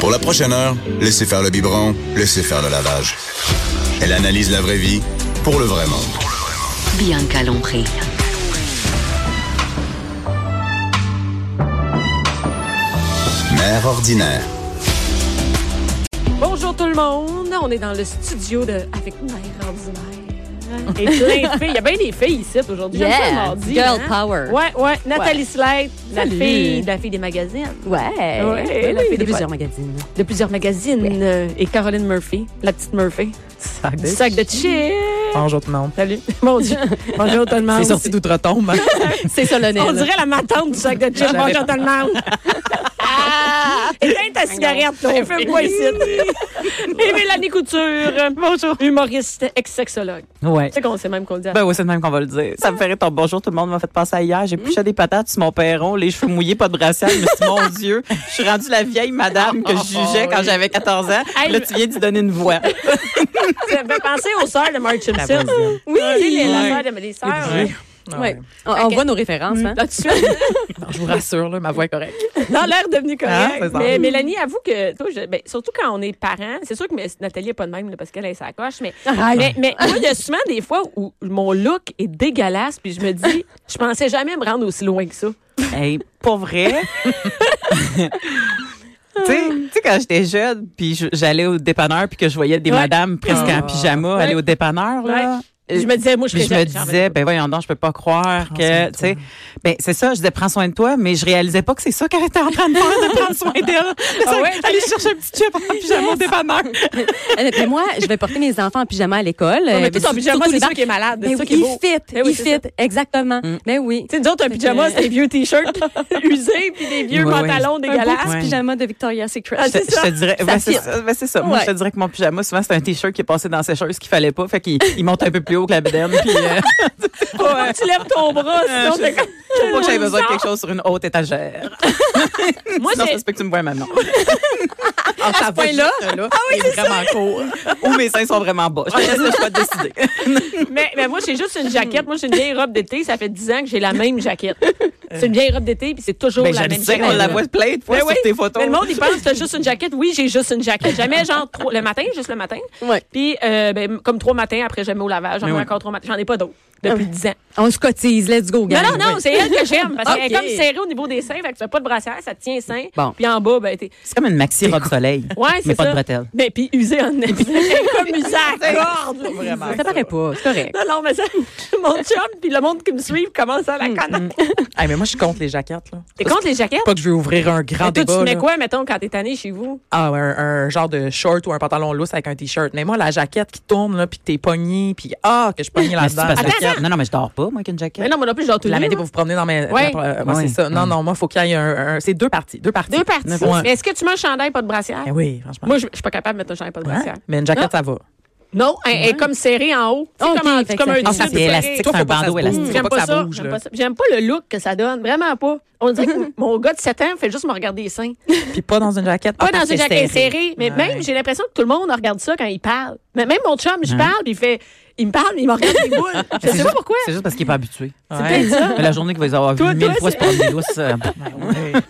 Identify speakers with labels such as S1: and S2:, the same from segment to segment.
S1: Pour la prochaine heure, laissez faire le biberon, laissez faire le lavage. Elle analyse la vraie vie pour le vrai monde.
S2: Bien calombré.
S1: Mère ordinaire.
S3: Bonjour tout le monde, on est dans le studio de avec Mère ordinaire.
S4: Et plein de filles. Il y a bien des filles ici aujourd'hui. J'aime ça le
S5: Yeah,
S4: mardi.
S5: girl
S4: hein?
S5: power.
S4: Ouais, ouais. Nathalie Slate, la
S3: Salut.
S4: fille, la fille des magazines.
S5: Ouais.
S4: Ouais,
S5: la
S4: oui,
S5: fille
S4: des
S5: de
S4: fois.
S5: plusieurs magazines.
S4: De plusieurs magazines. euh, Et Caroline Murphy, la petite Murphy.
S6: Sac
S4: Du sac de chips.
S6: Bonjour tout le monde.
S4: Salut. Mon Dieu. Bonjour tout le monde.
S6: C'est sorti d'outre-tombe. hein?
S5: C'est solennel.
S4: On dirait la matante du sac de chips.
S6: J'avais-
S4: Bonjour tout le monde.
S5: Ah.
S4: Éteins ta cigarette, toi. Fume-moi ici. Et Mélanie Couture. Bonjour. Humoriste, ex-sexologue.
S6: ouais.
S4: Tu sais qu'on sait même qu'on le dit. à-
S6: Ben oui, c'est le même qu'on va le dire. Ça me ferait ton bonjour tout le monde m'a fait passer à hier. J'ai piché des patates sur mon perron, les cheveux mouillés, pas de brassière. Je me suis dit, mon Dieu, je suis rendue la vieille madame que je jugeais quand j'avais 14 ans.
S4: Hey,
S6: Là, tu viens d'y donner une voix.
S4: Ça me fait penser aux sœurs de Mark Simpson.
S6: voisine.
S4: Oui, les, la sœur de les sœurs. hein.
S5: Ouais. On, on
S4: Ok.
S5: voit nos références. Hein?
S4: Là-dessus,
S6: Non, je vous rassure, là, ma voix est correcte.
S4: dans l'air devenu
S6: Ah,
S4: correct.
S6: c'est ça.
S4: mais Mélanie, avoue que, toi, je- ben, surtout quand on est parents, c'est sûr que mais, Nathalie n'est pas de même là, parce qu'elle est sacoche, mais, mais, mais moi, il y a souvent des fois où mon look est dégueulasse, puis je me dis, je pensais jamais me rendre aussi loin que ça.
S6: Hey, pas vrai. Tu sais- tu sais, quand j'étais jeune, puis je- j'allais au dépanneur, puis que je voyais des
S4: Ouais.
S6: madames presque en
S4: Ah.
S6: pyjama aller
S4: Ouais.
S6: au dépanneur, là.
S4: Ouais. Je me disais, moi, je
S6: Puis je
S4: serais
S6: me
S4: jamais- jamais-
S6: disais, ben voyons donc, je peux pas croire que, tu sais, ben c'est ça, je disais, prends soin de toi, mais je réalisais pas que c'est ça qu'elle était en train de faire, de prendre soin d'elle.
S4: Ah ouais?
S6: Aller chercher un petit chip en pyjama au dépanneur.
S5: Euh, mais moi, je vais porter mes enfants en pyjama à l'école.
S4: Non, mais
S5: Euh,
S4: toi, ton
S5: surtout
S4: pyjama,
S5: les
S4: c'est ça
S5: bars.
S4: qui est malade.
S5: Ben
S4: C'est ça
S5: oui, Mm.
S4: qui est
S5: il
S4: beau.
S5: fit,
S4: Ben oui,
S5: il
S4: c'est
S5: fit, exactement. Mais oui.
S4: Tu sais, nous autres, un pyjama, c'est des vieux t-shirts usés, puis des vieux
S6: Ouais, ouais.
S5: Un
S4: pantalons
S5: beau
S4: dégueulasses.
S5: petit
S6: Ouais.
S5: pyjama de Victoria's Secret.
S4: Ah,
S6: Je te, je te dirais,
S5: Ça
S6: ouais, c'est
S5: fit.
S6: ça, ouais, c'est ça. Moi,
S5: Ouais.
S6: je te dirais que mon pyjama, souvent, c'est un t-shirt qui est passé dans la sécheuse qu'il fallait pas, fait qu'il il monte un peu plus haut que la bedaine, puis euh,
S4: Faut pas que tu lèves ton bras, sinon
S6: je
S4: t'es
S6: sais.
S4: comme-
S6: faut pas que j'aie besoin de quelque chose sur une haute étagère.
S4: Moi,
S6: Sinon,
S4: j'ai-
S6: ça se peut que tu me vois maintenant. Ah, ça va
S4: point-là?
S6: juste là. Ah oui, c'est vraiment court. Ou mes seins sont vraiment bas. Je te laisse le choix de décider.
S4: Mais, mais moi, j'ai juste une jaquette. Moi, j'ai une vieille robe d'été. Ça fait 10 ans que j'ai la même jaquette. C'est une vieille robe d'été, puis c'est toujours
S6: Ben,
S4: la
S6: je le
S4: même
S6: disais,
S4: jaquette.
S6: on la voit plein de fois
S4: Ben
S6: sur
S4: oui.
S6: tes photos.
S4: Mais le monde, il pense que t'as juste une jaquette. Oui, j'ai juste une jaquette. Jamais, genre, trois- le matin, juste le matin.
S5: Ouais.
S4: Puis, euh, ben, comme trois matins, après, jamais au lavage. J'en ai
S6: Mais oui.
S4: encore trois matins. J'en ai pas d'autres
S6: Ah
S4: depuis 10 ans.
S5: On se cotise, let's go,
S4: Non,
S5: gang.
S4: non, non, c'est elle que j'aime.
S6: Ah.
S4: Parce qu'elle est
S5: Ok.
S4: comme serrée au niveau des seins. Fait que tu n'as pas de brassière, ça te tient sain.
S5: Bon.
S4: Puis en bas, ben, t'es.
S6: C'est comme une maxi robe soleil.
S4: Ouais, c'est ça.
S6: Mais pas de bretelles.
S4: Mais puis usée en. elle est comme usée à corde. là.
S6: Vraiment.
S5: Ça paraît pas, c'est correct.
S4: Non, non, mais ça, mon chum, puis le monde qui me suit commence à la connaître.
S6: Hey, mais moi, je compte les jaquettes. Là.
S4: T'es contre les jaquettes?
S6: Pas que je veux ouvrir un grand
S4: Mais toi,
S6: débat.
S4: tu te mets
S6: là.
S4: quoi, mettons, quand t'es tanné chez vous?
S6: Ah, un, un genre de short ou un pantalon lousse avec un t-shirt. Mais moi, la jaquette qui tourne, là, puis que t'es pogné, puis ah, que je suis pognée là-dedans.
S4: Attends, jaquette.
S6: Non, non, mais je dors pas, moi, avec une
S4: Mais
S6: jaquette.
S4: non, moi non plus, genre tout
S6: Vous la
S4: nu,
S6: mettez
S4: hein.
S6: pour vous promener dans mes.
S4: Ouais.
S6: la- moi,
S7: Ouais.
S6: c'est ça. Non, non, moi, il faut qu'il y ait un. un- c'est deux parties. Deux parties.
S4: Deux parties.
S6: Ouais.
S4: Mais est-ce que tu mets un chandail, pas de brassière?
S6: Ben oui, franchement.
S4: Moi, je je suis pas capable de mettre un chandail, pas de
S6: Hein?
S4: brassière.
S6: Mais une jaquette, ça va.
S4: Non, elle elle est comme serrée en haut. C'est
S5: Ok,
S4: comme, un-
S5: fait que ça
S4: comme un
S5: fait- Ah,
S6: ça
S4: tissu
S6: fait
S4: serré.
S6: élastique, c'est un bandeau élastique.
S4: J'aime
S6: Faut
S4: pas,
S6: pas que ça
S4: ça.
S6: bouge,
S4: J'aime
S6: là.
S4: pas ça. J'aime pas le look que ça donne. Vraiment pas. On dirait que mon gars de 7 ans fait juste me regarder les seins.
S6: Puis pas dans une jaquette.
S4: Pas
S6: Ah,
S4: dans
S6: parce
S4: une
S6: que
S4: jaquette
S6: serré.
S4: serrée. Mais
S6: Ouais. Hein?
S4: même, j'ai l'impression que tout le monde regarde ça quand il parle. Mais même mon chum, je parle, puis il fait. Il me parle, mais il me regarde les boules. Je sais pas pourquoi.
S7: C'est juste parce qu'il est pas habitué.
S6: Ouais.
S7: Mais la journée qu'il va les avoir
S4: Toi,
S7: vus mille
S4: toi,
S7: fois
S4: c'est-
S7: se prendre des lousses, euh,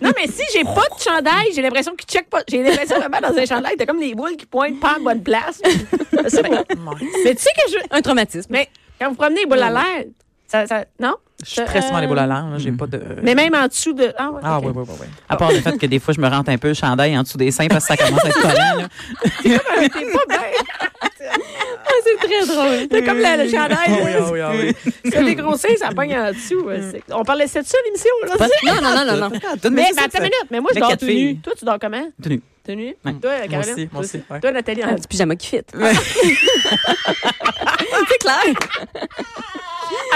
S4: Non, mais si j'ai pas de chandail, j'ai l'impression qu'il check pas. J'ai l'impression vraiment dans un chandail, t'as comme les boules qui pointent pas en bonne place. C'est pas- mais tu sais que je.
S5: Un traumatisme.
S4: Mais quand vous promenez les boules à l'air, ça. ça- non?
S6: Je suis très souvent les boules à l'air. là.
S7: Hmm.
S6: J'ai pas de.
S4: Mais même en dessous de. Ah, ouais,
S6: Ah,
S4: ok.
S6: oui, oui, oui, oui.
S7: à part le fait que des fois, je me rentre un peu le chandail en dessous des seins parce que ça commence à être collant. là.
S4: T'es pas bien.
S5: Ah, C'est très drôle.
S4: T'as comme la- le chandail. là.
S6: oui, oui.
S4: C'est des gros seins, ça pogne en dessous.
S6: Mm.
S4: C'est- On parlait de cette seule émission, là. c'est-
S5: Non,
S6: Ah,
S5: non, non, non, non.
S4: Mais, mais attends une minute, mais moi, je
S6: Les
S4: dors
S6: quatre
S4: tout
S6: filles.
S4: nu. Toi, tu dors comment?
S7: Tenue.
S4: Tout nu?
S7: Ouais.
S4: Toi, Caroline?
S6: aussi, moi
S4: Toi
S6: aussi, ouais.
S4: Toi, Nathalie?
S5: Un
S4: en-
S5: petit Ah, pyjama qui fit. c'est clair.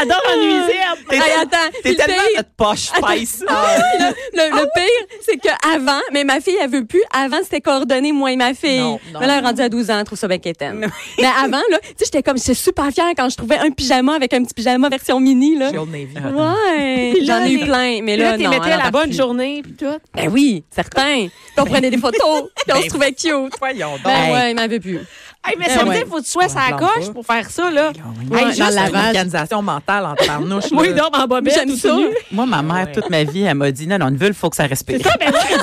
S4: Elle dort en nuisière.
S6: T'es
S5: Hey,
S6: tellement-
S5: attends,
S6: T'es
S5: puis le
S6: tellement
S5: pays-
S6: notre poche face.
S5: le, le- le pire, c'est qu'avant, mais ma fille, elle veut plus. Avant, c'était coordonné, moi et ma fille.
S6: Non, non.
S5: Mais là, elle est rendue à 12 ans, elle trouve ça bien quétaine. Mais avant, là, tu sais, j'étais comme, j'étais super fière quand je trouvais un pyjama avec un petit pyjama version mini, là.
S6: Chez Old Navy.
S5: Ouais,
S4: Puis là,
S5: j'en ai eu
S4: les-
S5: plein, mais
S4: Là,
S5: là,
S4: t'es
S5: non.
S4: mettais
S5: elle
S4: à la
S5: embarque
S4: bonne
S5: plus.
S4: journée, puis tout.
S5: Ben oui, certain. Puis on prenait des photos,
S8: beau. Puis on se trouvait cute.
S7: Voyons donc.
S8: Ben
S6: Hey.
S8: ouais, il m'avait plus.
S4: Hey, mais
S8: Eh
S4: ça veut
S8: ouais.
S4: dire qu'il faut que tu sois sa
S7: blâme
S4: coche
S7: pas.
S4: pour faire ça, là.
S8: Ouais,
S7: Hey, juste
S8: dans le
S7: une
S8: lavage.
S7: organisation mentale en tarnouche.
S4: Moi,
S7: là. Ah,
S4: il dort en bobette.
S8: J'aime
S4: tout
S8: ça.
S4: nu.
S6: Moi, ma mère,
S7: Ouais.
S6: toute ma vie, elle m'a dit non, non, une vulve, faut que ça respire.
S4: Ah, ben oui.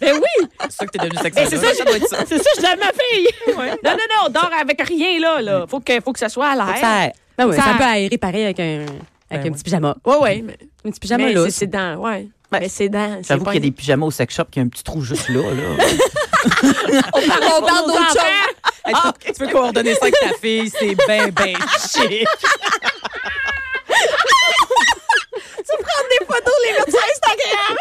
S4: Ben oui.
S7: C'est ça que t'es devenu
S4: Ben,
S7: sexologue.
S4: c'est ça, je- c'est ça, je lave ma fille. Non, non, non, on dort avec rien, là. là. Faut, que, faut que ça soit à
S6: Faut que
S4: l'air.
S6: ça-
S8: Ben ouais,
S4: Ça-
S8: ça... peut aérer pareil avec un, avec un
S7: ouais.
S8: petit pyjama.
S4: Oui, oui. Mais,
S8: Un petit pyjama
S4: mais
S8: là.
S4: c'est- c'est dans, ouais. mais c'est dans. c'est
S6: J'avoue
S4: pas
S6: qu'il y a
S4: une-
S6: des pyjamas au sex shop qui a un petit trou juste là. là.
S8: On parle
S4: Nos
S8: d'autre chose.
S4: enfants,
S7: Hey, tu peux- tu veux coordonner ça avec ta fille, c'est ben, ben chic.
S4: Des photos, les mettre sur Instagram.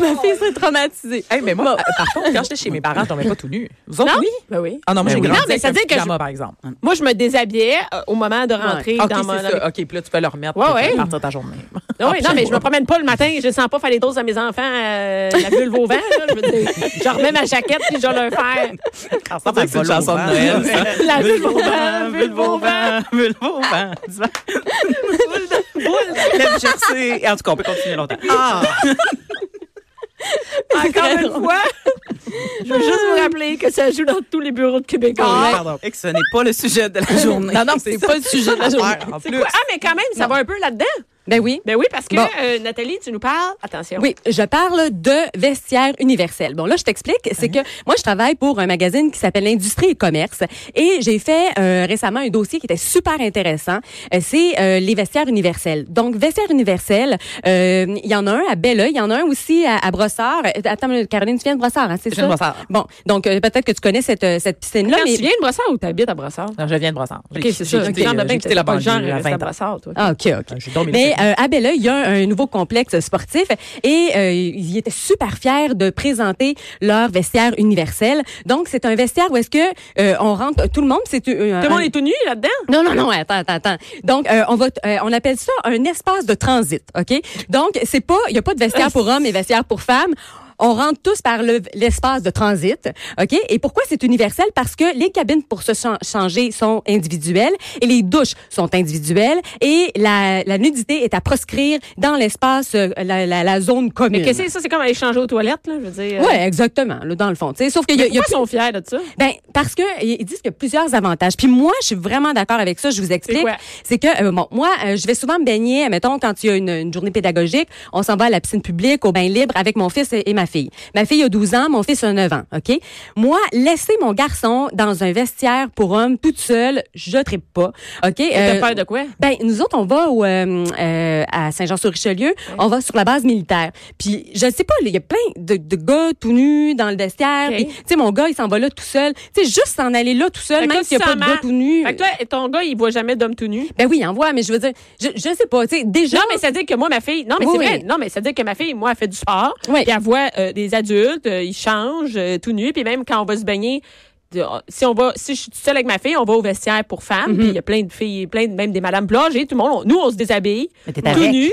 S8: Ma fille serait traumatisée.
S7: Hey, mais moi, par contre, quand j'étais chez mes parents, je dormais pas tout nu. Vous autres,
S4: Non?
S7: oui?
S4: Ben oui.
S7: Ah non, moi,
S6: Ben
S7: j'ai
S6: oui.
S7: grandi
S4: Non, mais
S7: avec
S4: ça
S7: un
S4: veut dire que
S7: pyjama,
S4: je-
S7: par exemple.
S4: Moi, je me déshabillais euh, au moment de rentrer
S7: OK,
S4: dans
S7: c'est
S4: mon...
S7: ça. OK, puis là, tu peux le remettre
S4: Ouais,
S7: pour
S4: ouais.
S7: partir ta journée.
S4: Non, Ah oui, non, mais je me promène pas le matin. Je sens pas faire les doses à mes enfants euh, la vulve au vent. Là, je veux dire, je remets ma jaquette puis je vais leur faire
S6: Ça ressemble à
S7: C'est
S6: Vulve
S7: une
S6: au
S7: chanson de
S6: vent.
S7: Noël, ça.
S4: la vulve
S6: Vulve
S4: au vent, vulve au vent.
S6: vulve au vent. Dis-moi. Lève jersey. En tout cas, on peut continuer longtemps.
S7: Ah!
S4: Encore une fois, je veux juste vous rappeler que ça joue dans tous les bureaux de Québec.
S5: Ah,
S7: Pardon.
S6: Et que ce n'est pas le sujet de la journée.
S7: Non, non, c'est pas le sujet de la journée. En
S4: C'est
S7: plus.
S4: quoi? Ah, mais quand même, ça va un peu là-dedans.
S8: Ben oui.
S4: Ben oui, parce que,
S8: Bon.
S4: euh, Nathalie, tu nous parles. Attention.
S8: Oui, je parle de vestiaire universel. Bon, là, je t'explique. C'est que moi, je travaille pour un magazine qui s'appelle Industrie et Commerce et j'ai fait euh, récemment un dossier qui était super intéressant. Euh, c'est euh, les vestiaires universels. Donc, vestiaire universel, euh, il y en a un à Belleuil, il y en a un aussi à, à Brossard. Euh, Attends, Caroline, tu viens de Brossard, hein, c'est
S7: Je
S8: ça?
S7: viens de Brossard.
S8: Bon, donc euh, peut-être que tu connais cette, euh, cette piscine-là.
S4: Quand
S8: mais-
S4: tu viens de Brossard ou t'habites à Brossard?
S7: Non, je viens de Brossard.
S4: OK, c'est ça.
S7: J'ai quitté, euh,
S4: Genre de bain,
S7: j'ai quitté la
S4: t'as pas
S7: banlieue
S4: le genre euh,
S7: à
S4: à rester à
S7: 20 ans.
S4: Brossard, toi.
S8: Ah, OK, OK.
S7: J'ai dormi
S8: Mais
S7: le
S8: euh, à Belleuil, il y a un nouveau complexe sportif et euh, ils étaient super fiers de présenter leur vestiaire universel. Donc, c'est un vestiaire où est-ce que euh, on rentre tout le monde, c'est
S4: Tout
S8: euh,
S4: le
S8: un-
S4: monde est tout nu là-dedans?
S8: non, non, non, attends, attends, attends. Donc, euh, on va, t- euh, on appelle ça un espace de transit, OK? Donc, c'est pas, il y a pas de vestiaire pour hommes et vestiaire pour femmes. On rentre tous par le- l'espace de transit, OK? Et pourquoi c'est universel? Parce que les cabines pour se chan- changer sont individuelles et les douches sont individuelles et la, la nudité est à proscrire dans l'espace, euh, la, la- la zone commune.
S4: Mais qu'est-ce que c'est ça? C'est comme aller changer aux toilettes, là, je veux dire.
S8: Ouais, exactement, là, dans le fond. tu sais. Sauf qu'il y a, il y a
S4: Ils
S8: plus-
S4: sont fiers de ça.
S8: ben parce que euh, ils disent qu'il y a plusieurs avantages. Puis moi, je suis vraiment d'accord avec ça. Je vous
S4: C'est
S8: explique.
S4: quoi?
S8: C'est que euh, bon, moi, euh, je vais souvent me baigner. Mettons quand il y a une, une journée pédagogique, on s'en va à la piscine publique, au bain libre avec mon fils et, et ma fille. Ma fille a 12 ans, mon fils a 9 ans. Ok. Moi, laisser mon garçon dans un vestiaire pour homme toute seule, je tripe pas. Ok.
S4: T'as
S8: Euh,
S4: peur de quoi?
S8: ben, nous autres, on va au, euh, euh, à Saint-Jean-sur-Richelieu, on va sur la base militaire. Puis, je sais pas, il y a plein de, de gars tout nus dans le vestiaire.
S4: OK.
S8: Puis, tu sais, mon gars, il s'en va là tout seul. Tu sais, juste s'en aller là tout seul,
S4: Fait que
S8: même
S4: toi,
S8: s'il n'y a
S4: tu
S8: pas de
S4: sens
S8: gars
S4: mal.
S8: tout nu.
S4: Fait que toi, ton gars, il voit jamais d'homme tout nu.
S8: Ben oui, il en voit, mais je veux dire, je, je sais pas, tu sais, déjà...
S4: Non, mais ça veut dire que moi, ma fille. Non, mais
S8: Oui,
S4: c'est vrai.
S8: oui.
S4: Non, mais ça veut dire que ma fille, moi, elle fait du sport.
S8: Oui.
S4: Puis elle voit euh, des adultes, euh, ils changent euh, tout nu. Puis même quand on va se baigner, de- si on va, si je suis toute seule avec ma fille, on va au vestiaire pour femmes. Puis il y a plein de filles, plein de, même des madames plongées, tout le monde. on- nous, on se déshabille.
S6: Mais
S4: tout
S6: t'es avec.
S4: nu.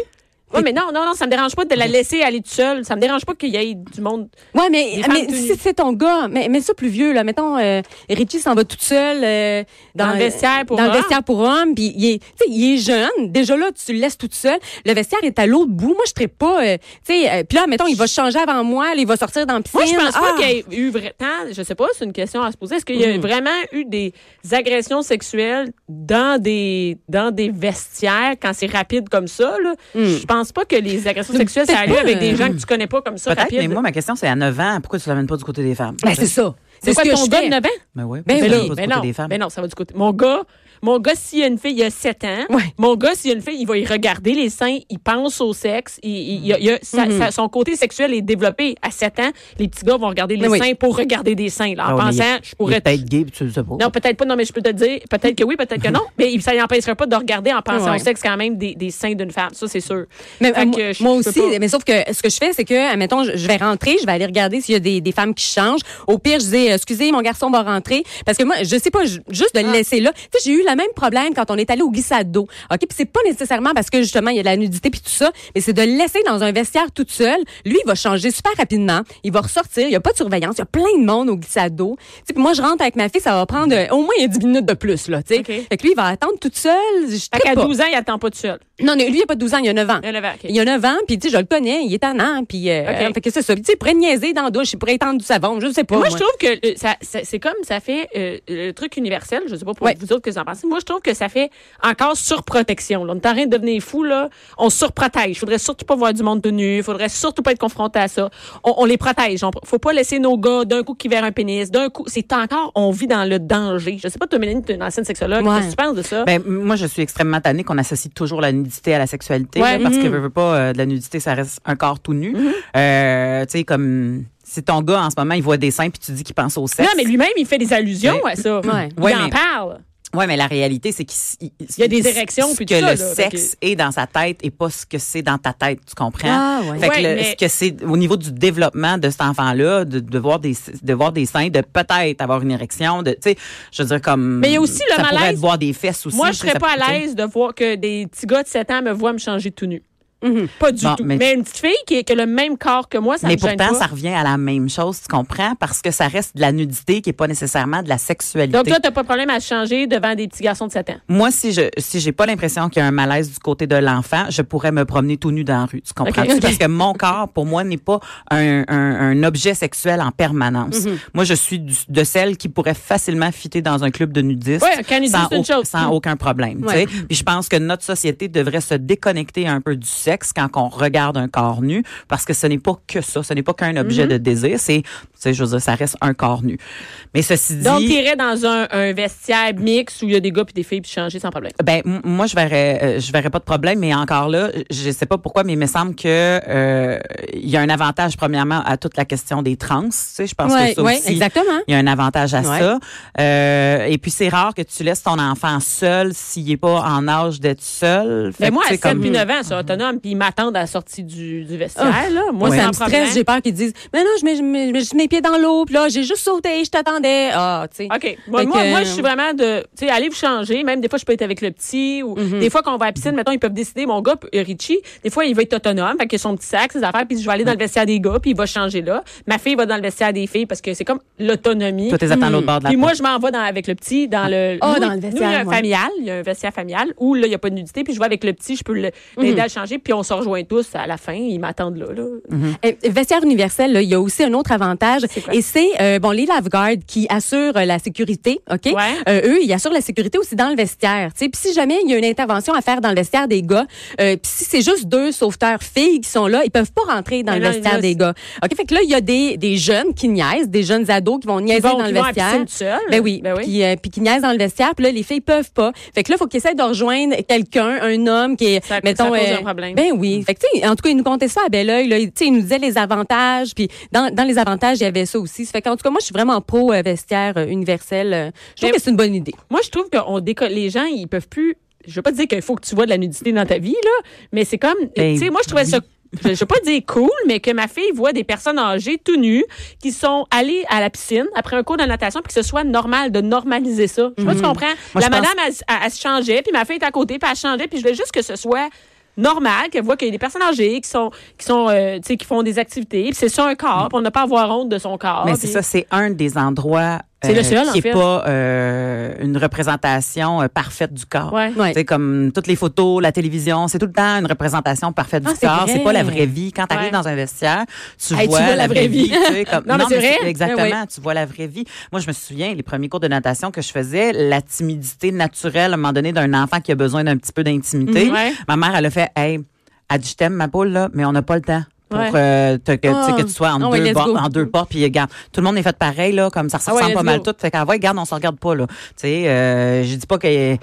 S4: Oui, mais non, non, non, ça me dérange pas de la laisser aller toute seule. Ça me dérange pas qu'il y ait du monde.
S8: Ouais, mais,
S4: Des femmes
S8: mais
S4: tout
S8: si
S4: nues.
S8: c'est ton gars, mais, mais ça plus vieux, là, mettons, euh, Richie s'en va toute seule euh,
S4: Dans le vestiaire pour
S8: dans le
S4: homme.
S8: vestiaire pour homme, puis il est, tu sais, il est jeune, déjà là, tu le laisses toute seule. Le vestiaire est à l'autre bout, moi je ne pas, euh, tu sais, euh, puis là, mettons, il va changer avant moi, là, il va sortir dans la piscine.
S4: Moi, je pense pas
S8: Ah!
S4: qu'il y ait eu vrai tant, Je sais pas, c'est une question à se poser. Est-ce qu'il y a vraiment eu des agressions sexuelles dans des dans des vestiaires quand c'est rapide comme ça là Je pense pas que les agressions sexuelles ça a lieu
S8: pas,
S4: avec des
S8: euh,
S4: gens que tu connais pas comme ça
S6: Peut-être,
S4: rapide.
S6: mais moi, ma question, c'est à 9 ans, pourquoi tu l'amènes pas du côté des femmes?
S8: Ben, c'est ça.
S4: c'est quoi
S8: ce que
S4: ton
S8: je
S4: gars
S8: fais.
S4: de 9 ans
S6: Ben oui.
S8: Ben
S6: pourquoi tu l'amènes
S8: oui,
S6: pas du
S4: ben
S6: côté
S4: non,
S6: des femmes?
S4: ben non, ça va du côté. Mon gars, mon gars, s'il y a une fille, il a 7 ans.
S8: Ouais.
S4: Mon gars, s'il y a une fille, il va y regarder les seins, il pense au sexe. Il, il- il y a- il y a- sa-
S8: Mm-hmm.
S4: sa- son côté sexuel est développé à 7 ans. Les petits gars vont regarder les
S8: Mais oui.
S4: seins pour regarder des seins. là, en
S6: Ah oui, mais il-
S4: pensant, je pourrais.
S6: il est Peut-être gay, puis tu le sais pas.
S4: Non, peut-être pas. Non, mais je peux te dire, peut-être que oui, peut-être que non. Mais ça n'empêcherait pas de regarder en pensant
S8: Ouais.
S4: au sexe quand même des, des seins d'une femme. Ça, c'est sûr.
S8: Mais,
S4: Fait
S8: euh,
S4: que
S8: moi,
S4: je-
S8: moi
S4: je peux
S8: aussi,
S4: pas.
S8: mais sauf que ce que je fais, c'est que, admettons, je, je vais rentrer, je vais aller regarder s'il y a des, des femmes qui
S4: Ah.
S8: changent. Au pire, je dis, euh, excusez, mon garçon va rentrer. Parce que moi, je sais pas, je- juste de le laisser là. Tu sais, j'ai eu la le même problème quand on est allé au glissade d'eau. OK, puis c'est pas nécessairement parce que justement il y a de la nudité puis tout ça, mais c'est de le laisser dans un vestiaire toute seule. Lui, il va changer super rapidement, il va ressortir, il y a pas de surveillance, il y a plein de monde au glissade d'eau. Tu sais, puis moi je rentre avec ma fille, ça va prendre euh, au moins 10 minutes de plus là, tu sais.
S4: OK.
S8: Fait que lui, il va attendre toute seule, je
S4: Fait qu'à
S8: trippe pas.
S4: 12 ans, il attend pas de seul.
S8: Non, non, lui, il a pas 12 ans, il a 9 ans.
S4: Il a 9 ans, OK.
S8: Il a 9 ans, puis tu sais, je le connais, il est tannant, puis euh,
S4: OK.
S8: fait que c'est ça. Puis tu sais, il pourrait niaiser dans la douche, il pourrait étendre du savon, je sais pas.
S4: Moi,
S8: moi.
S4: je trouve que euh, ça, ça- c'est comme ça fait euh, le truc universel. Je sais pas pour
S8: Ouais.
S4: vous autres que vous en pensez. Moi, je trouve que ça fait encore surprotection. là. On est en train de devenir fou là. On se surprotège. Faudrait surtout pas voir du monde de nu. Faudrait surtout pas être confronté à ça. On, on les protège. On, faut pas laisser nos gars d'un coup qui verrent un pénis. D'un coup, c'est encore. On vit dans le danger. Je sais pas, toi, Mélanie, t'es une ancienne sexologue.
S8: Ouais.
S4: Qu'est-ce que tu penses de ça
S6: Ben, moi, je suis extrêmement tannée qu'on associe toujours la nudité à la sexualité.
S4: Ouais.
S6: là, parce que, veux, veux pas, euh, de la nudité, ça reste un corps tout nu. Euh, tu sais, comme, si ton gars, en ce moment, il voit des seins, puis tu dis qu'il pense au sexe.
S4: non, mais lui-même, il fait des allusions à ça.
S8: Ben, Ouais.
S4: Il
S6: Ouais,
S4: en
S6: mais-
S4: parle.
S6: Ouais, mais la réalité, c'est qu'il il-
S4: y a des érections,
S6: ce
S4: puis
S6: que
S4: tout ça,
S6: le
S4: là, fait que-
S6: sexe est dans sa tête et pas ce que c'est dans ta tête, tu comprends
S8: Ah, ouais.
S6: Fait que
S4: Ouais,
S6: le-
S4: mais-
S6: ce que c'est au niveau du développement de cet enfant-là, de, de voir des de voir des seins, de peut-être avoir une érection, de tu sais, je veux dire comme.
S4: Mais il y a aussi le
S6: ça pourrait
S4: malaise.
S6: être voir des fesses aussi.
S4: Moi,
S6: tu
S4: je
S6: sais,
S4: serais
S6: ça-
S4: pas
S6: tu sais.
S4: à l'aise de voir que des petits gars de 7 ans me voient me changer tout nu.
S8: Mhm.
S4: Pas du
S6: Bon,
S4: tout. Mais...
S6: mais-
S4: une petite fille qui, qui a le même corps que moi, ça
S6: Mais
S4: me gêne
S6: pourtant,
S4: pas.
S6: ça revient à la même chose, tu comprends? Parce que ça reste de la nudité qui est pas nécessairement de la sexualité.
S4: Donc, toi, t'as pas de problème à changer devant des petits garçons de 7 ans.
S6: Moi, si je si j'ai pas l'impression qu'il y a un malaise du côté de l'enfant, je pourrais me promener tout nu dans la rue. Tu comprends
S4: Ok.
S6: Parce que mon corps, pour moi, n'est pas un, un- un objet sexuel en permanence.
S4: Mhm.
S6: Moi, je suis du- de celle qui pourrait facilement fitter dans un club de nudistes
S4: Ouais, un camp nudiste,
S6: sans,
S4: c'est une chose.
S6: sans aucun problème. tu
S8: Ouais.
S6: sais. Puis je pense que notre société devrait se déconnecter un peu du sexe quand on regarde un corps nu, parce que ce n'est pas que ça, ce n'est pas qu'un
S4: Mhm.
S6: objet de désir. C'est, tu sais, je veux dire, ça reste un corps nu. Mais ceci dit,
S4: Donc, t'irais dans un, un vestiaire mix où il y a des gars puis des filles puis changer sans problème.
S6: Ben m- moi je verrais euh, je verrais pas de problème mais encore là je sais pas pourquoi mais il me semble que euh, il y a un avantage premièrement à toute la question des trans, tu sais je pense
S8: Ouais,
S6: que ça
S8: ouais,
S6: aussi,
S8: exactement.
S6: Il y a un avantage à
S8: Ouais.
S6: ça. Euh, et puis c'est rare que tu laisses ton enfant seul s'il est pas en âge d'être seul. Fait
S4: Mais
S6: que,
S4: moi,
S6: tu
S4: à
S6: sais,
S4: 7 puis 9 ans, je suis autonome puis ils m'attendent à la sortie du, du
S6: Ah.
S4: vestiaire. là. Moi,
S8: Moi,
S4: c'est
S8: ça
S4: un
S8: me
S4: problème.
S8: stresse. J'ai peur qu'ils disent Mais non, je mets, je mets- je mets juste mes pieds dans l'eau, puis là, j'ai juste sauté, je t'attendais. Ah, tu sais.
S4: OK. Moi,
S8: Fait
S4: moi,
S8: que- euh,
S4: moi, je suis vraiment de. Tu sais, allez vous changer. Même des fois, je peux être avec le petit. ou
S8: Mm-hmm.
S4: Des fois, quand on va à la piscine, mettons, ils peuvent décider. Mon gars, euh, Richie, des fois, il va être autonome. Fait qu'il a son petit sac, ses affaires. Puis je vais aller dans le vestiaire des gars. Puis il va changer là. Ma fille va dans le vestiaire des filles parce que c'est comme l'autonomie.
S6: toi t'es attends l'autre bord de la
S4: Puis moi,
S6: porte.
S4: je m'en vais dans, avec le petit dans le.
S8: Ah,
S4: nous,
S8: dans le
S4: nous,
S8: vestiaire,
S4: il y a un
S8: ouais.
S4: familial. Il y a un vestiaire familial où là, il n'y a pas de nudité. Puis je vais avec le petit. Je peux le-
S8: Mm-hmm.
S4: l'aider à le changer. Puis on se rejoint tous à la fin. Ils m'attendent là. là.
S8: Euh, Vestiaire universel, là, il y a aussi un autre avantage,
S4: Mhm. quoi?
S8: et c'est euh, bon les lifeguards qui assurent euh, la sécurité, ok.
S4: Ouais.
S8: Euh, eux, ils assurent la sécurité aussi dans le vestiaire. tu sais. Puis si jamais il y a une intervention à faire dans le vestiaire des gars, euh, puis si c'est juste deux sauveteurs filles qui sont là, ils peuvent pas rentrer dans
S4: Mais
S8: le
S4: là,
S8: vestiaire
S4: là,
S8: des
S4: c'est-
S8: gars. Ok, fait que là il y a des, des jeunes qui niaisent, des jeunes ados qui vont niaiser
S4: vont-
S8: dans
S4: qui
S8: le
S4: vont à la
S8: vestiaire.
S4: piscine seuls.
S8: Ben oui.
S4: Ben oui.
S8: Puis euh, puis qui niaisent dans le vestiaire. Puis là les filles peuvent pas. Fait que là faut qu'ils essayent de rejoindre quelqu'un, un homme qui est
S4: Ça- ça
S8: mettons
S4: cause un problème.
S8: ben oui. Fait que, tu sais, en tout cas, il nous comptait ça à bel oeil. Là. Il, tu sais, il nous disait les avantages. Puis dans, dans les avantages, il y avait ça aussi. Ça fait qu'en tout cas, moi, je suis vraiment pro euh, vestiaire euh, universel. Euh, Je
S4: Mais-
S8: trouve que c'est une bonne idée.
S4: Moi, je trouve qu'on décolle. Les gens, ils peuvent plus. Je veux pas dire qu'il faut que tu vois de la nudité dans ta vie, là, mais c'est comme.
S6: Ben,
S4: tu sais, moi, je trouvais ça. Je je veux pas dire cool, mais que ma fille voit des personnes âgées tout nues qui sont allées à la piscine après un cours de natation, puis que ce soit normal de normaliser ça. Je sais pas si tu comprends. la
S6: Mhm. je pense-
S4: madame, elle, s- elle- elle se changeait, puis ma fille est à côté, puis elle changeait, puis je voulais juste que ce soit normal, qu'elle voit qu'il y a des personnes âgées qui sont qui sont euh, tu sais, qui font des activités, puis c'est ça un corps, puis on n'a pas à avoir honte de son corps.
S6: Mais c'est
S4: puis-
S6: ça, c'est un des endroits
S4: C'est le seul, en
S6: qui
S4: fait.
S6: n'est pas euh, une représentation euh, parfaite du corps.
S4: Ouais.
S8: Ouais.
S6: C'est comme toutes les photos, la télévision, c'est tout le temps une représentation parfaite du
S8: Ah, c'est
S6: corps.
S8: vrai.
S6: C'est pas la vraie vie. Quand tu arrives
S4: Ouais.
S6: dans un vestiaire, tu,
S4: Hey,
S6: vois, la vraie vie. tu sais, comme-
S4: Non, mais c'est vrai. Ah
S6: Exactement,
S8: Ben
S6: tu vois la vraie vie. Moi, je me souviens, les premiers cours de natation que je faisais, la timidité naturelle, à un moment donné, d'un enfant qui a besoin d'un petit peu d'intimité.
S4: Mhm. Ouais.
S6: Ma mère, elle a fait, hey, elle dit, je t'aime, ma poule, là, mais on n'a pas le temps. Pour
S4: Ouais.
S6: euh, te- que, tu sais,
S8: Ah.
S6: que tu sois en,
S8: Ah ouais,
S6: deux,
S8: let's
S6: bords-
S8: go.
S6: en deux portes, puis euh, regarde, tout le monde est fait pareil, là, comme ça
S4: Ah ouais,
S6: ressemble pas
S4: let's
S6: mal
S4: go.
S6: tout. Fait qu'en vrai, regarde, on se regarde pas, là. Tu sais, euh, je dis pas que. Tu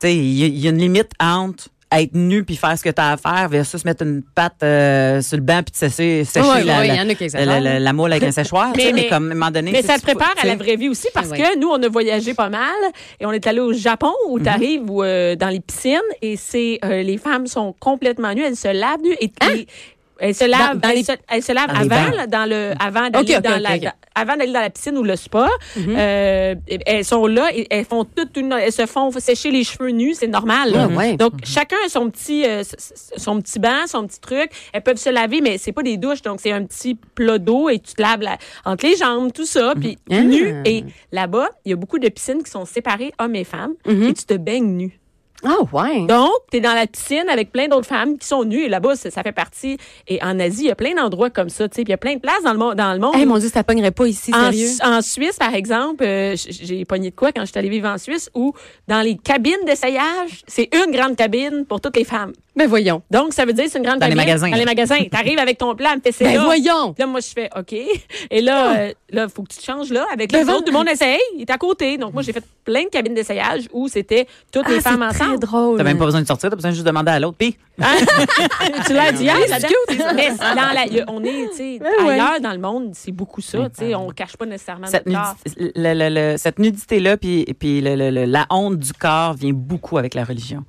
S6: sais, il y, a- il y a une limite entre être nu puis faire ce que tu as à faire versus mettre une patte euh, sur le banc puis te sécher, sécher
S8: Ouais,
S6: la,
S8: ouais,
S6: la-
S8: il y en a qui
S6: la, la- la- la moule avec un séchoir. tu sais,
S4: Mais-
S6: mais,
S4: mais-
S6: comme à un moment donné.
S4: Mais
S6: tu sais,
S4: ça te
S6: tu peux-
S4: prépare à
S6: tu
S4: la
S6: sais.
S4: vraie vie aussi parce
S8: Ah ouais.
S4: que nous, on a voyagé pas mal et on est allé au Japon
S8: Mm-hmm.
S4: où tu arrives euh, dans les piscines et c'est euh, les femmes sont complètement nues, elles se lavent nues et et- Elle se lave,
S8: Hein? Dans- dans
S4: elle,
S8: les-
S4: se, elle se lave
S6: Dans les
S4: avant,
S6: bains.
S4: là, dans le, avant d'aller
S8: Ok, ok,
S4: dans
S8: ok, Mm-hmm.
S4: la,
S8: ok.
S4: avant d'aller dans la piscine ou le spa. Euh, elles sont là, et elles font toutes une- elles se font sécher les cheveux nus, c'est normal. là.
S8: Ah, ouais.
S4: Donc chacun a son petit, euh, s- s- son petit banc, son petit truc. Elles peuvent se laver, mais c'est pas des douches, donc c'est un petit plat d'eau et tu te laves la- entre les jambes, tout ça, puis
S8: Ah.
S4: nu. Et là-bas, il y a beaucoup de piscines qui sont séparées hommes et femmes,
S8: Mhm.
S4: et tu te baignes nu.
S8: Ah, ouais.
S4: Donc, tu es dans la piscine avec plein d'autres femmes qui sont nues. Et là-bas, ça, ça fait partie. Et en Asie, il y a plein d'endroits comme ça. tu sais, puis Il y a plein de places dans le, monde- dans le monde.
S8: Eh mon Dieu, ça pognerait pas ici,
S4: en,
S8: sérieux.
S4: Su- en Suisse, par exemple, euh, j- j'ai pogné de quoi quand j'étais allée vivre en Suisse, où dans les cabines d'essayage, c'est une grande cabine pour toutes les femmes.
S8: Ben voyons.
S4: Donc, ça veut dire que c'est une grande
S6: Dans les
S4: cabine.
S6: magasins,
S4: Dans les
S6: là.
S4: magasins. T'arrives avec ton plan, t'essaies
S8: Ben
S4: là.
S8: voyons.
S4: Puis Là, moi, je fais OK. Et là, euh, là, faut que tu te changes là. Avec les
S8: Devant-
S4: autres, tout le monde essaye. Il est à côté. Donc, moi, j'ai fait plein de cabines d'essayage où c'était toutes
S8: Ah,
S4: les
S8: c'est
S4: femmes
S8: très
S4: ensemble.
S8: drôle.
S6: T'as même pas besoin de sortir, t'as besoin juste de demander à l'autre. Puis,
S4: Hein? tu
S8: Ben,
S4: l'as dit hier, la dame. Mais c'est dans la- y a- on est, tu sais,
S8: hein. ouais. ben
S4: ailleurs dans le monde, c'est beaucoup ça, tu sais, on cache pas nécessairement
S6: cette,
S4: notre corps.
S6: nudi- le- le- le- cette nudité-là, puis, puis le- le- le- la honte du corps vient beaucoup avec la religion.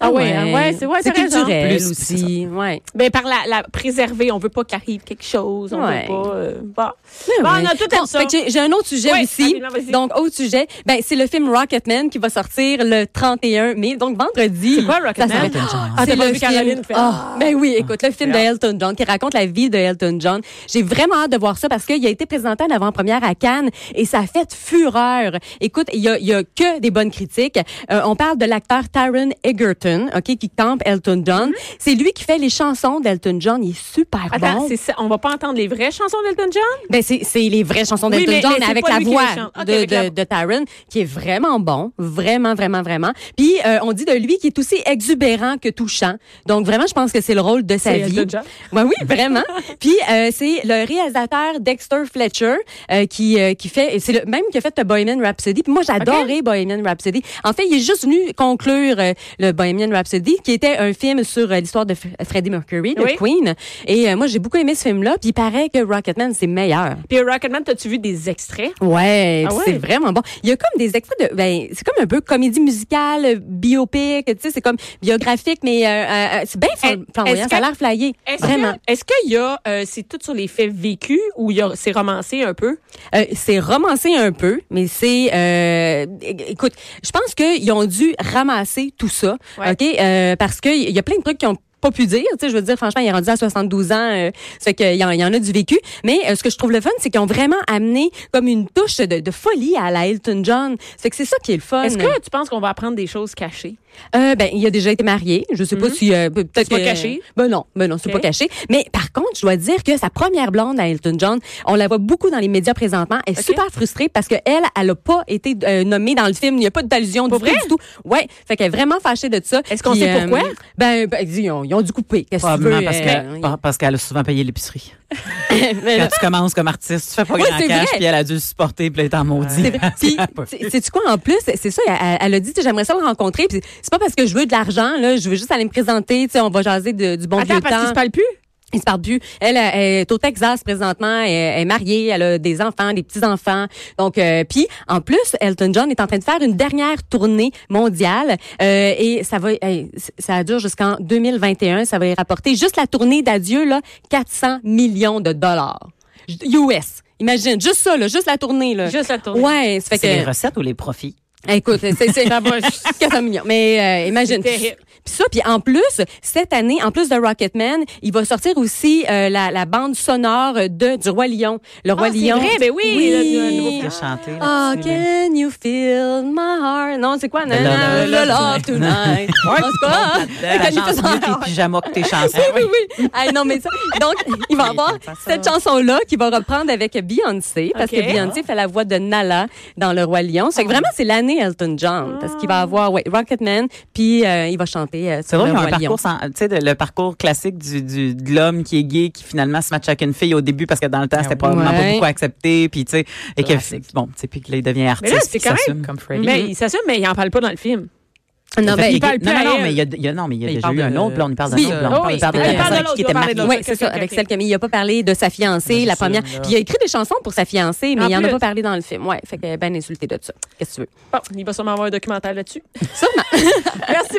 S4: Ah ouais, ah ouais, c'est- ouais,
S8: c'est
S4: t'as raison.
S8: culturel
S6: Plus,
S8: aussi. Ouais.
S4: Ben, par la, la préserver, on veut pas qu'arrive quelque chose, on
S8: Ouais.
S4: veut pas, euh, bon. Bon, on a tout
S8: Bon,
S4: aimé ça.
S8: fait que j'ai- J'ai un autre sujet
S4: Ouais,
S8: aussi.
S4: rapidement, vas-y.
S8: Donc, autre sujet, ben, c'est le film Rocketman qui va sortir le 31 mai, donc vendredi. C'est quoi
S4: Rocketman? Ah, t'as
S8: c'est
S4: pas
S8: le
S4: vu Caroline
S8: film.
S4: faire.
S8: Ah, ben oui, écoute, le film de Elton John qui raconte la vie de Elton John. J'ai vraiment hâte de voir ça parce qu'il a été présenté en avant-première à Cannes et ça a fait fureur. Écoute, il y a, il y a que des bonnes critiques. Euh, on parle de l'acteur Taron Egerton, ok, qui campe Elton John. C'est lui qui fait les chansons d'Elton John. Il est super
S4: Mm-hmm. Attends,
S8: bon.
S4: c'est ça, on va pas entendre les vraies chansons d'Elton John?
S8: Ben, c'est c'est les vraies chansons
S4: Oui,
S8: d'Elton
S4: mais-
S8: John
S4: mais c'est
S8: avec
S4: pas
S8: la
S4: lui qui
S8: voix
S4: les chante. Ok,
S8: de,
S4: avec la-
S8: de, de Taron, qui est vraiment bon, vraiment, vraiment, vraiment. Puis, euh, on dit de lui qu'il est aussi exubérant que touchant. Donc, vraiment, je pense que c'est le rôle de sa
S4: C'est
S8: vie.
S4: Elton John.
S8: Ouais, Ben oui, vraiment. Puis, euh, c'est le réalisateur Dexter Fletcher euh, qui, euh, qui fait, et c'est le même qui a fait le Bohemian Rhapsody. Puis moi, j'adorais Bohemian Rhapsody. En fait, il est juste venu conclure euh, le Bohemian Rhapsody, qui était un film sur euh, l'histoire de F- Freddie Mercury, de
S4: Oui.
S8: Queen. Et euh, moi, j'ai beaucoup aimé ce film-là. Puis, il paraît que Rocketman, c'est meilleur.
S4: Puis Rocketman, t'as-tu vu des extraits?
S8: Ouais,
S4: Ah
S8: puis
S4: ouais?
S8: c'est vraiment bon. Il y a comme des extraits de ben c'est comme un peu comédie musicale, euh, biopic, tu sais c'est comme biographique mais euh, euh, euh, c'est bien flam-
S4: Est-
S8: flamboyant,
S4: est-ce
S8: ça a
S4: que-
S8: l'air flyé.
S4: Est-ce
S8: Vraiment.
S4: que, est-ce qu'il y a, euh, c'est tout sur les faits vécus ou il y a- c'est romancé un peu?
S8: Euh, c'est romancé un peu, mais c'est euh, é- écoute, je pense qu'ils ont dû ramasser tout ça,
S4: Ouais.
S8: ok, euh, parce que il y a plein de trucs qui ont pas pu dire, tu sais, je veux dire, franchement, il est rendu à 72 ans, euh, ça fait qu'il y, en- il y en a du vécu. Mais euh, ce que je trouve le fun, c'est qu'ils ont vraiment amené comme une touche de, de folie à la Elton John. Ça fait que c'est ça qui est le fun.
S4: Est-ce que tu penses qu'on va apprendre des choses cachées?
S8: Euh, ben, il a déjà été marié. Je sais pas si euh, peut-être
S4: Mhm. C'est pas
S8: que-
S4: caché?
S8: Ben non, ben non, c'est
S4: Ok.
S8: pas caché. Mais par contre, je dois dire que sa première blonde à Elton John, on la voit beaucoup dans les médias présentement. Elle est
S4: Ok.
S8: super frustrée parce que elle, elle a pas été euh, nommée dans le film. Il n'y a pas d'allusion du
S4: Pour
S8: tout,
S4: vrai?
S8: du tout. Ouais, fait qu'elle est vraiment fâchée de ça.
S4: Est-ce qu'on
S8: Puis,
S4: sait pourquoi?
S8: Ben, ben, dis, ils ont, ils ont dû couper. Qu'est-ce que tu veux
S6: Probablement parce que-
S8: euh,
S6: par- parce qu'elle a souvent payé l'épicerie.
S8: mais là-
S6: Quand tu commences comme artiste, tu fais pas
S8: Oui,
S6: grand
S8: c'est
S6: cash,
S8: vrai.
S6: puis elle a dû le supporter, puis elle est en maudit.
S8: C'est vrai. Puis, sais-tu quoi, en plus, c'est ça, elle, elle a dit, tu sais, j'aimerais ça le rencontrer. Puis, c'est pas parce que je veux de l'argent, là, je veux juste aller me présenter, tu sais, on va jaser de- du bon vieux
S4: Attends, parce
S8: temps.
S4: qu'ils se parlent plus?
S8: Ils se parlent plus. Elle, euh, est au Texas présentement, elle, elle est mariée, elle a des enfants, des petits-enfants. Donc, euh, puis, en plus, Elton John est en train de faire une dernière tournée mondiale euh, et ça va, euh, ça dure jusqu'en 2021. Ça va y rapporter juste la tournée d'adieu, là, 400 millions de dollars. J- US. Imagine, juste ça, là, juste la tournée, là.
S4: Juste la tournée.
S8: Ouais, ça fait
S6: C'est les
S8: que...
S6: recettes ou les profits?
S8: Écoute, c'est c'est- ça va jusqu'à 100 millions. Mais euh, imagine.
S4: C'est terrible.
S8: Puis ça, puis en plus, cette année, en plus de Rocketman, il va sortir aussi euh, la, la bande sonore de du Roi Lion. Le Roi
S4: Ah, c'est
S8: Lion.
S4: vrai, ben oui, le- le nouveau
S8: Oui.
S6: Qui a chanté?
S8: Oh,
S6: là-dessus, là?
S8: can you feel my heart? Non, c'est quoi? Na,
S6: love,
S8: na,
S6: the
S8: le
S6: love
S8: love tonight. En tout cas,
S6: La
S8: quand il
S6: chance
S8: fait
S6: mieux
S8: ça-
S6: tes pyjamas que tes chansons.
S8: oui, oui, oui. Ah, non, mais ça, donc, il va avoir cette chanson-là qu'il va reprendre avec Beyoncé, parce
S4: Ok.
S8: que Beyoncé fait la voix de Nala dans Le Roi Lion.
S6: Ah.
S8: C'est que vraiment, c'est l'année Elton John, parce qu'il va avoir ouais, Rocketman, puis euh, il va chanter euh,
S6: C'est
S8: sur
S6: vrai, il
S8: Le
S6: y a
S8: Roi
S6: un
S8: Lion.
S6: parcours, sans- tu sais, de- le parcours classique du, du- de l'homme qui est gay, qui finalement se matche avec une fille au début parce que dans le temps, c'était probablement
S8: Ouais.
S6: pas beaucoup accepté, puis tu sais, et que, bon, tu sais, puis que là, il devient
S4: Mais
S6: artiste.
S4: là, c'est
S6: puis
S4: quand
S6: s'assume.
S4: même. Mais
S8: Mm-hmm.
S4: il s'assume, mais il en parle pas dans le film.
S8: Non,
S6: Fait
S8: ben,
S6: qu'il-
S4: il parle plus
S6: non,
S4: à
S6: non, non,
S4: elle.
S6: mais il y a, il y a- non, mais il y a
S7: Il
S6: déjà
S7: parle
S6: eu
S7: de-
S6: un autre blonde, il parle d'un
S8: Oui.
S6: autre blonde,
S4: Oh,
S6: il parle de
S4: oui,
S6: la
S4: il parle de
S6: personne
S4: l'autre,
S6: qui
S4: il
S6: était
S4: doit parler de
S6: mariée.
S4: l'autre.
S8: Oui,
S4: Ok,
S8: c'est
S4: ok,
S8: ça,
S4: ok,
S8: avec
S4: ok.
S8: celle qui a mis. Il n'a pas parlé de sa fiancée,
S6: Ben,
S8: la
S6: c'est
S8: première.
S6: ça, là.
S8: Puis il a écrit des chansons pour sa fiancée, mais
S4: En
S8: il n'en a
S4: plus.
S8: pas parlé dans le film. Ouais, fait que ben insulté de ça. Qu'est-ce que tu veux?
S4: Bon, il va sûrement avoir un documentaire là-dessus.
S8: Sûrement.
S4: Merci